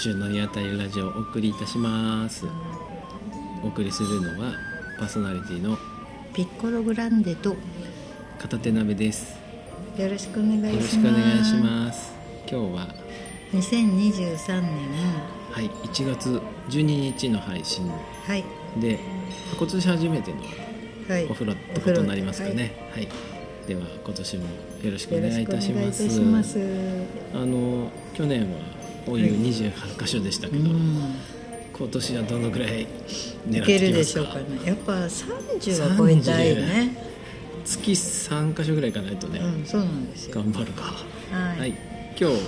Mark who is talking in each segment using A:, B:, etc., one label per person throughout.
A: 週のにあたりラジオをお送りいたしますお送りするのはパーソナリティの
B: ピッコログランデとよ
A: 片手鍋です
B: ろしくお願
A: よろ
B: い
A: し
B: し
A: くお
B: ます。
A: 願いします今日は
B: 2023年
A: はい1月12日の配信
B: はい
A: で今年初めての
B: はい
A: お風呂ってことになりますかねはい、では今年もよろしく
B: お
A: お
B: 風
A: 願
B: 呂はい
A: い
B: いよろ
A: た
B: し
A: し
B: くお願いい
A: ま
B: た
A: す
B: します。
A: あの去年はお湯
B: はい
A: 28箇所でしたけ
B: う
A: ど、
B: ん、
A: 今年はどのくらい狙
B: い
A: って
B: ける
A: きま
B: ですし
A: か
B: ょうかね。やっぱ30は超えたいね。
A: 月3箇所ぐらい行かないとね、
B: うん、そうなんですよ。
A: 頑張るか
B: は
A: はい、
B: い。
A: 今日お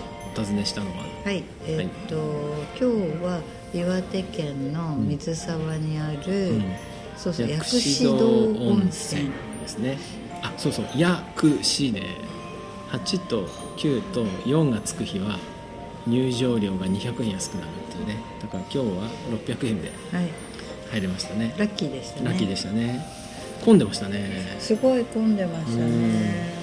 A: 尋ねしたのは
B: はい、えーっ、と、今日は岩手県の水沢にある、
A: うん
B: そうそう薬
A: 薬
B: 師
A: 師
B: 堂
A: 堂
B: 温
A: 温泉
B: 泉
A: ですねあそうそう薬師で8と9と4がつく日は入場料が200円安くなるっていうねだから今日は600円で
B: はい、
A: 入れましたね
B: ラッキーでしたね。
A: ラッキーでしたね混んでましたね
B: すごい混んでましたね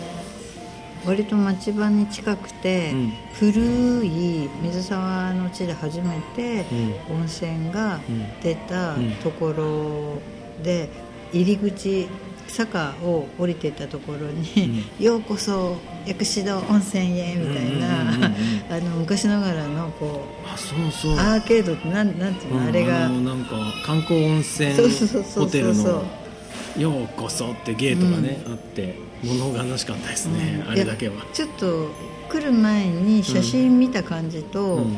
B: 割と町場に近くて、
A: うん
B: 古い水沢の地で初めて
A: う
B: 温泉が
A: うん
B: 出た
A: うん
B: ところで入り口坂を降りていったところに「ようこそ薬師堂温泉へ」みたい
A: うんうんうんうん
B: なあの昔ながらのこ
A: あそうそうう
B: アーケードってなんなんていうの、
A: うん
B: あれが
A: のなんか観光温泉
B: そうそうそうそうそう
A: ホテルの「ようこそ」ってゲートがね、あって物悲しかったですね、
B: うん
A: あれだけはい
B: や。ちょっと来る前に写真見た感じと、
A: うん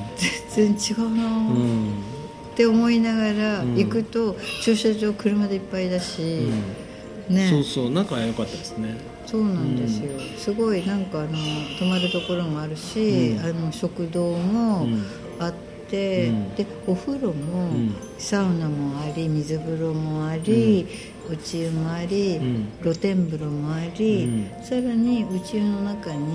B: 全然違うな
A: う
B: ーっ
A: ん
B: て思いながら
A: うん
B: 行くと、駐車場車でいっぱいだし、ね
A: そ
B: そうう
A: そう仲良かったですね
B: なんですよ、すごいなんかあの泊まるところもあるし、
A: うん
B: あの食堂
A: う
B: も
A: ん
B: あって、
A: うん
B: でお風呂も、
A: うん
B: サウナもあり水風呂もあり、内湯もあり、
A: うん
B: 露天風呂もあり、
A: うん
B: さらに内湯の中
A: う
B: に、
A: ん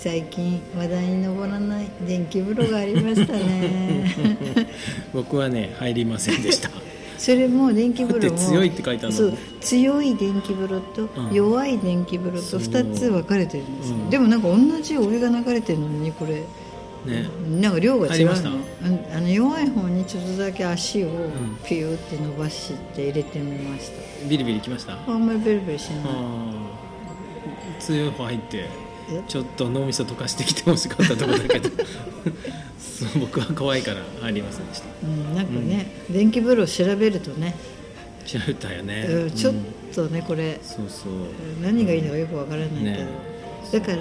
B: 最近話題に上らない電気風呂がありました ね
A: 僕はね入りませんで した
B: それも電気風呂も
A: だって強いって書いてあるの
B: そう強い電気風呂と
A: うん
B: 弱い電気風呂
A: そ
B: と
A: う
B: 2つ分かれてるんですよ、
A: うん
B: でもなんか同じお湯が流れてるのにこれ
A: ね
B: なんか量が違うの
A: 入り
B: うんあの弱い方にちょっとだけ足を
A: ん
B: ピューって伸ばして入れてみまし
A: ビリビリきました
B: た、あんまりベルベルしない、
A: あー強い方入って
B: え
A: ちょっと脳みそ溶かしてきてほしかったとこだ けどそう僕は怖いから入りませんでした
B: うん、なんかね、電気風呂調べるとね、
A: 調べたよね、
B: うん、ちょっ
A: うん
B: とねこれ
A: そうそう
B: 何がいいのかよくわからないけど、
A: ね
B: だから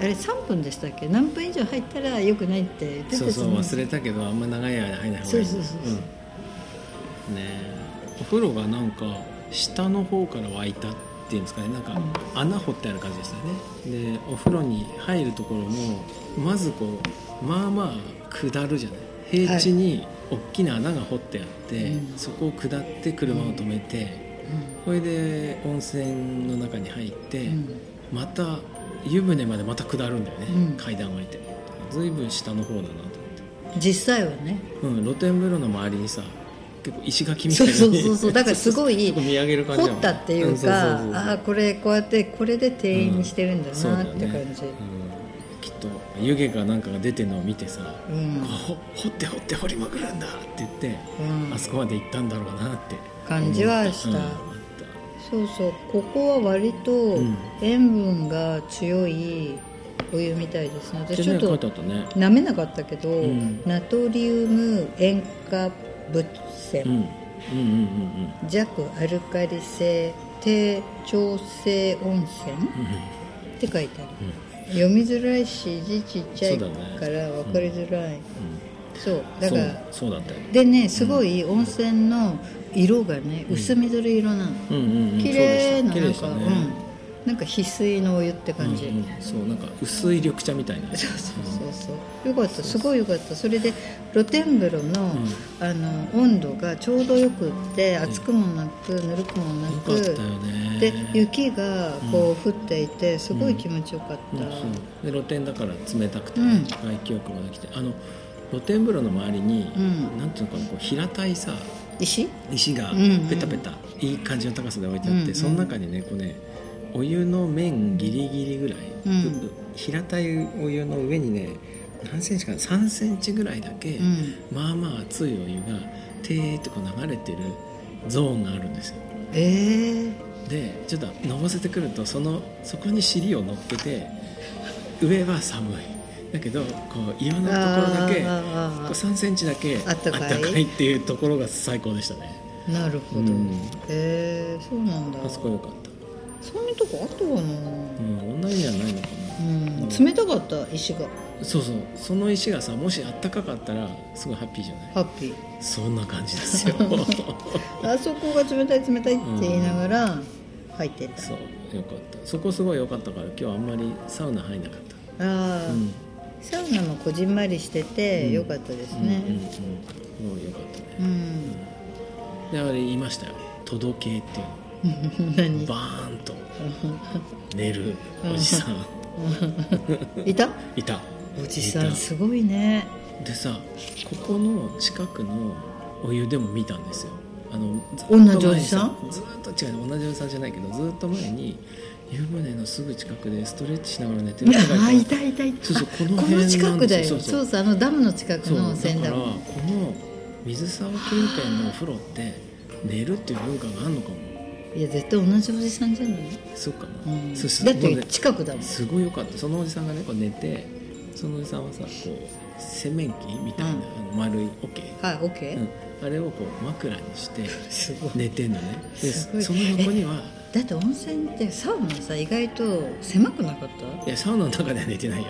B: あれ3分でしたっけ何分以上入ったらよくないって言ってた
A: そうそう忘
B: れ
A: れたけどあんま長い間入らない方がいい
B: そうそうそうそうん
A: ねえお風呂がなんか下の方から湧いたっていうんですかねなんか穴掘ってある感じでしたねでお風呂に入るところもまずこうまあまあ下るじゃない平地に大きな穴が掘ってあって、
B: うん
A: そこを下って車を止めて、それで温泉の中に入って、また湯船までまた下るんだよね、
B: うん
A: 階段を降りてずいぶん下の方だなと思って、
B: 実際はね
A: うん、露天風呂の周りにさ結構石垣みた
B: そ
A: いうな
B: そうそうそうだからすご
A: そ
B: い
A: こ見上げる感じ
B: 掘
A: だもん
B: ったっていうか、
A: んそうそうそう
B: ああこれこうやってこれで定員にしてるんだ
A: そうだ
B: なっ
A: よ
B: て
A: ね
B: 感じ、
A: うん、きっと湯気かなんかが出てるのを見てさ、
B: うん
A: こうほ掘って掘って掘りまくるんだって言って、
B: うん
A: あそこまで行ったんだろうなって
B: 感じはした
A: うんあっ
B: そうそうここは割と
A: うん
B: 塩分が強いお湯みたいですの
A: た
B: で、
A: で
B: ちょっ
A: ね書い
B: と
A: てあったね
B: 舐めなかったけど、
A: ん
B: ナトリウム塩化物泉、
A: うんうんうんうんうん
B: 弱アルカリ性低調整温泉って書いてある、読みづらいし字ちっちゃい
A: そ
B: か
A: うだね
B: ら分かりづらいそう,、
A: うん
B: だか
A: そう
B: ら
A: そうだったよ
B: でねすごい温泉の色がね薄緑色なの、
A: うんうんうん
B: 綺麗な
A: そう
B: なん
A: でし
B: か
A: た
B: う,、
A: 綺麗でしたね
B: んなんか翡翠のお湯って感じ、
A: うんうんそうなんか薄い緑茶みたいな
B: そうそうそうそうよかったすごいよかったそれで露天風呂の,、あの温度がちょうどよくって熱くもなくぬるくもな
A: よ
B: く
A: かったよね
B: で雪がこう降っていてすごい気持ちよかっ
A: うん
B: た、
A: そうで露天だから冷たくて、
B: うん
A: 外気浴ができてあの露天風呂の周りに、
B: うん
A: なんていうのかなこう平たいさ
B: 石
A: 石が
B: うんうん
A: ペタペタ、いい感じの高さで置いてあって、
B: うんうん
A: その中にねこうねお湯の面ギリギリぐらい、
B: うん
A: 平たいお湯の上にね何センチかな3センチぐらいだけ、
B: うん
A: まあまあ熱いお湯がてーってこう流れてるゾーンがあるんですよ
B: ええ
A: でちょっとのぼせてくるとそのそこに尻を乗っけて上は寒いだけどこう岩のところだけこう
B: あ
A: 3センチだけ
B: あったかい
A: あったかいっていうところが最高でしたね
B: ーなるほど、
A: うん
B: ええそうなんだ
A: あそこ良かった、
B: そういうとこあったかな
A: うん、同じじゃないのか
B: う
A: な、
B: ん、冷たかった石が
A: そうそうその石がさもしあったかかったらすごいハッピーじゃない
B: ハッピー
A: そんな感じです よ
B: あそこが冷たい冷たいって言いながら入ってった、
A: そうよかったそこすごい良かったから今日あんまりサウナ入んなかっ
B: あ
A: た、う
B: あ、
A: ん
B: サウナもこじんまりしてて良かったですね
A: うんうんうん、もう良かったね
B: うん、
A: であれ言いましたよ届けっていうの
B: 何
A: バーンと寝るおじさん
B: いた
A: いた
B: おじさ
A: い
B: ん
A: た
B: すごいね
A: でさここの近くのお湯でも見たんですよあのずっと
B: 同じ
A: 前
B: お
A: に
B: じさん
A: ずっと違う同じおじさんじゃないけどずっと前に湯船のすぐ近くでストレッチしながら寝てる人が
B: あ
A: い
B: い
A: た
B: たいたいた
A: そうそう
B: あ
A: この
B: こ
A: 辺なん
B: の
A: ですよ
B: 近くだよ
A: そ
B: そうう
A: そう
B: そうあのダムの近く
A: そう
B: の線
A: だ
B: だ
A: から
B: もん
A: この水沢近辺のお風呂って寝るっていう文化があるのかも
B: いや絶対同じおじさんじゃない、
A: そうかな、
B: うん、
A: そうそう
B: だっ
A: もうね
B: て近くだもん
A: すごい良かったそのおじさんがねこう寝てそのおじさんはさこう洗面器みたいな、
B: うん
A: あの丸いオケ、
B: はい OK、
A: うん、あれをこう枕にして
B: すごい
A: 寝てんのねです
B: ごい
A: その横に は
B: だって温泉ってサウナさ意外と狭くなかっ
A: いやサウナの中では寝てないよ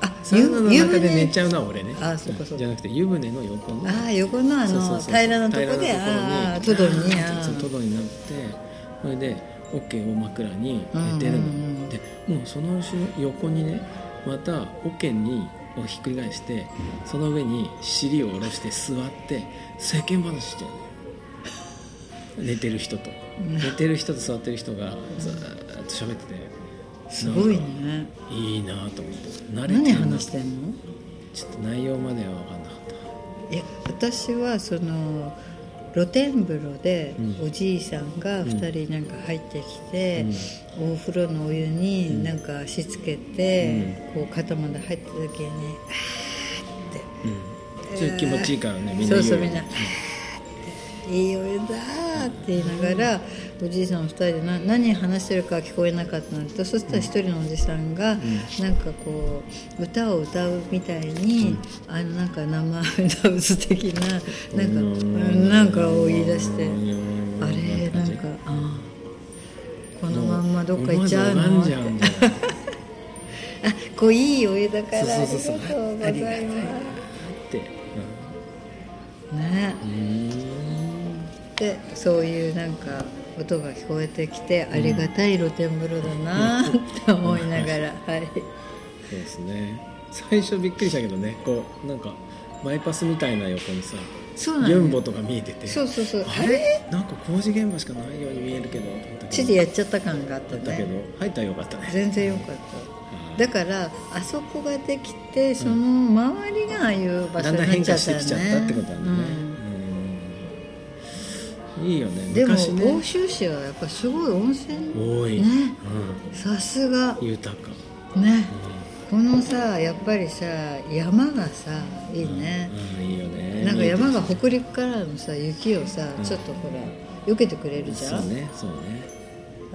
B: たあ
A: サウナの
B: 湯
A: 中で寝
B: 船
A: ちゃうのは俺ね
B: あそうかそうか
A: んじゃなくて湯船の横の
B: ああ横のあ
A: そう
B: の
A: そうそう
B: 平らなとこで
A: 平ら
B: あ
A: な
B: あ
A: と
B: ト
A: こ
B: ド
A: ろ
B: ルにあ
A: そうト
B: ー
A: ドルになってそれでオッケーを枕に寝てるの、
B: うんうんうん
A: でもうその後ろ横にねまたオッケーにをひっくり返してその上に尻を下ろして座って世間話してるの寝てる人と
B: うん
A: 寝てる人と座ってる人がずーっと喋ってて
B: すごい
A: なんか
B: ね
A: いいなと思って慣れて
B: 何
A: るな
B: 話し
A: ちょ
B: てんの
A: っと内容までは分かんなかった
B: え私はその露天風呂で
A: うん
B: おじいさんが2人なんか入ってきて、お風呂のお湯になんか足つけて、こう肩まで入った時に
A: うん、それ気持ちいいからねみんな
B: そ
A: 言
B: うそう
A: う
B: みん
A: よ
B: な「いいお湯だ」って言いながらおじいさん2人でな何話してるかは聞こえなかったんだけどそしたら1人のおじさんが、なんかこう歌を歌うみたいに、あのなんか生歌うつ的ななんか、うんなんかを言い出して、あれなんかあーこのまんまどっか行っちゃう
A: 思
B: の
A: わ
B: っ
A: ず
B: て
A: 拝んじゃうんだよ
B: あこういいお湯だからあり
A: そう
B: が
A: そうそうそう
B: とうございま
A: って、
B: す。ね
A: うん、うん
B: でそういうなんか音が聞こえてきてありがたい露天風呂だなって思いながら、はい
A: そうですね最初びっくりしたけどねこうなんかバイパスみたいな横にさ
B: そうな
A: ユ
B: の、
A: ンボとか見えてて
B: そうそうそう
A: あ
B: あ
A: れ
B: れ
A: なんか工事現場しかないように見えるけど
B: 地でやっちゃった感があった
A: だったけど、
B: ね
A: 入ったらよかったね
B: 全然良かっただからあそこができてその周りがああいう場
A: だんだ
B: 所に
A: ん
B: なっ
A: 変
B: ちゃ
A: 化
B: っ
A: したて
B: よ
A: きちゃったってことなんだね
B: ね、
A: うんいいよ
B: うん
A: ね
B: でも
A: 昔ね
B: 奥州市はやっぱすごい温泉
A: 多い、
B: ね
A: う
B: さすが
A: ん、豊か、
B: ね
A: う
B: このさやっぱりさ山がさいい
A: ん
B: ね、
A: うん、いいよね
B: なんか山が
A: 見えて
B: 北陸からのさ雪をさ、
A: うん
B: ちょっとほら避けてくれる
A: る
B: じ
A: し
B: ゃ
A: そ
B: ん、
A: うねそうね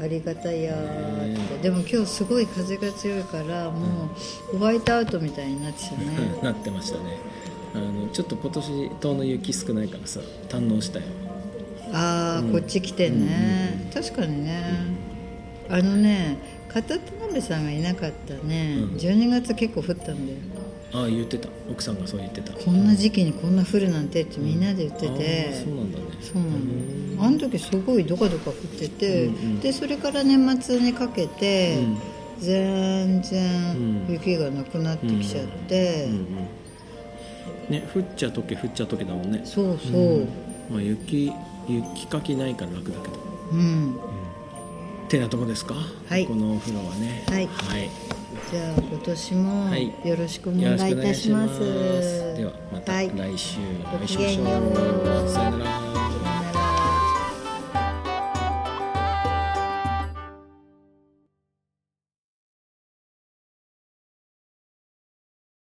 B: ありがたいやーって、
A: ね
B: でも今日すごい風が強いからもうホワイトアウトみたいになってたね、
A: うんなってましたねあのちょっと今年島の雪少ないからさ堪能したよ
B: ああ、
A: うん
B: こっち来てね、確かにね、あのね片田辺さんがいなかったね、
A: うん
B: 12月結構降ったんだよ
A: ああ言ってた奥さんがそう言ってた
B: こんな時期にこんな降るなんてってみんなで言ってて、
A: ああそうなんだね
B: そうなの
A: うん
B: あの時すごいドカドカ降ってて、
A: うんうん
B: でそれから年末にかけて、
A: うん
B: 全
A: うん
B: 然雪がなくなってきちゃって、
A: うんうんね降っちゃ溶け降っちゃ溶けだもんね
B: そうそう、
A: んまあ雪雪かきないから楽だけど
B: うん、
A: てなとこですか
B: はい
A: このお風呂はね
B: はい
A: はい、
B: じゃあ今年も
A: はい
B: よろしくお
A: よ
B: 願
A: ろし
B: い
A: く
B: い
A: お願
B: た
A: い
B: し
A: し
B: ま,、
A: ますすではまた
B: は
A: 来
B: い
A: 週お会いし
B: ご
A: ま
B: きげ
A: し
B: ん
A: ょう、
B: よう
A: さよなら